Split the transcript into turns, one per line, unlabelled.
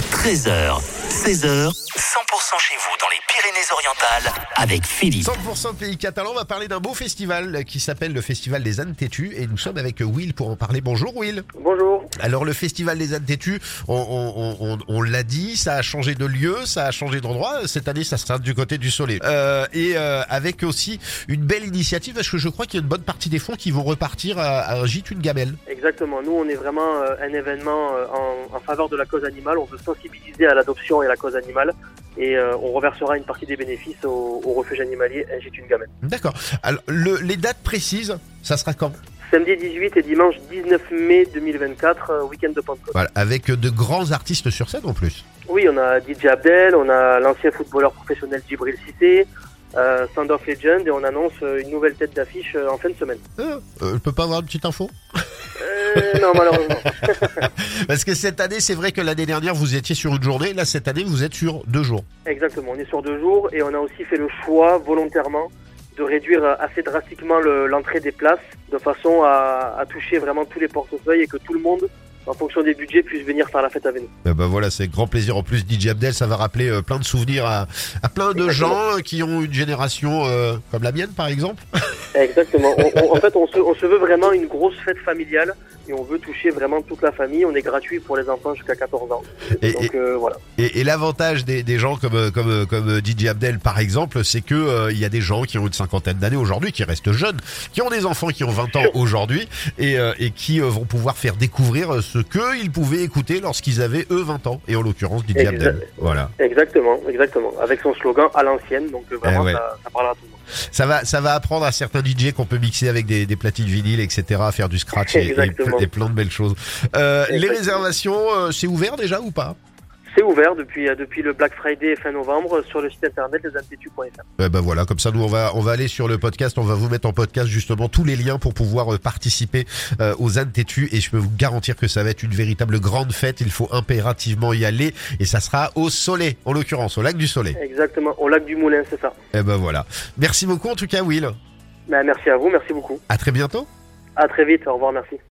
13h, 16h, 100% chez vous dans les Pyrénées-Orientales avec Philippe.
100% pays catalan, on va parler d'un beau festival qui s'appelle le Festival des ânes têtus et nous sommes avec Will pour en parler. Bonjour Will.
Bonjour.
Alors le Festival des ânes têtus, on, on- on- on- on l'a dit, ça a changé de lieu, ça a changé d'endroit. Cette année, ça sera du côté du soleil. Euh, et euh, avec aussi une belle initiative parce que je crois qu'il y a une bonne partie des fonds qui vont repartir à, à un gîte, une gamelle.
Exactement. Nous, on est vraiment euh, un événement euh, en, en faveur de la cause animale. On veut sensibiliser à l'adoption et à la cause animale. Et euh, on reversera une partie des bénéfices au, au refuge animalier Ingite une gamelle.
D'accord. Alors le- les dates précises, ça sera quand
Samedi 18 et dimanche 19 mai 2024, euh, week-end de Pentecôte.
Voilà, avec de grands artistes sur scène en plus.
Oui, on a DJ Abdel, on a l'ancien footballeur professionnel Djibril Cissé, euh, Sound of Legend et on annonce euh, une nouvelle tête d'affiche euh, en fin de semaine.
Euh, euh, je peux pas avoir une petite info
Euh, non, malheureusement.
Parce que cette année, c'est vrai que l'année dernière, vous étiez sur une journée. Là, cette année, vous êtes sur deux jours.
Exactement, on est sur deux jours et on a aussi fait le choix volontairement de réduire assez drastiquement le- l'entrée des places de façon à, à toucher vraiment tous les portefeuilles et que tout le monde, en fonction des budgets, puisse venir faire la fête avec nous.
Eh ben voilà, c'est grand plaisir. En plus, DJ Abdel, ça va rappeler euh, plein de souvenirs à, à plein de gens euh, qui ont une génération euh, comme la mienne, par exemple.
Exactement, On- on- en fait on se, on se veut vraiment une grosse fête familiale et on veut toucher vraiment toute la famille, on est gratuit pour les enfants jusqu'à 14 ans.
Et, et-
Donc euh, voilà.
et- et l'avantage des, des gens comme, euh, comme, euh, comme euh, DJ Abdel, par exemple, c'est que euh, il y a des gens qui ont une cinquantaine d'années aujourd'hui, qui restent jeunes, qui ont des enfants qui ont 20 ans aujourd'hui et, euh, et qui euh, vont pouvoir faire découvrir euh, ce que ils pouvaient écouter lorsqu'ils avaient, eux, 20 ans. Et en l'occurrence, DJ
Exact.
Abdel. Voilà.
Exactement, exactement, avec son slogan à l'ancienne, donc euh, vraiment
Eh ouais.
ça, ça parlera à tout le monde.
Ça va, ça va apprendre à certains DJ qu'on peut mixer avec des, des platines vinyles, etc., à faire du scratch et, et ple-
Exactement.
et plein de belles choses. Euh, les
Exactement.
réservations, euh, c'est ouvert déjà ou pas
C'est ouvert depuis, euh, depuis le Black Friday fin novembre sur le site internet lesinstituts.fr.
Eh ben voilà, comme ça nous on va on va aller sur le podcast, on va vous mettre en podcast justement tous les liens pour pouvoir euh, participer euh, aux ânes têtus et je peux vous garantir que ça va être une véritable grande fête. Il faut impérativement y aller et ça sera au Soleil, en l'occurrence au lac du Soleil.
Exactement, au lac du Moulin, c'est ça.
Eh ben voilà. Merci beaucoup en tout cas, Will.
Ben, merci à vous, merci beaucoup.
À très bientôt.
À très vite, au revoir, merci.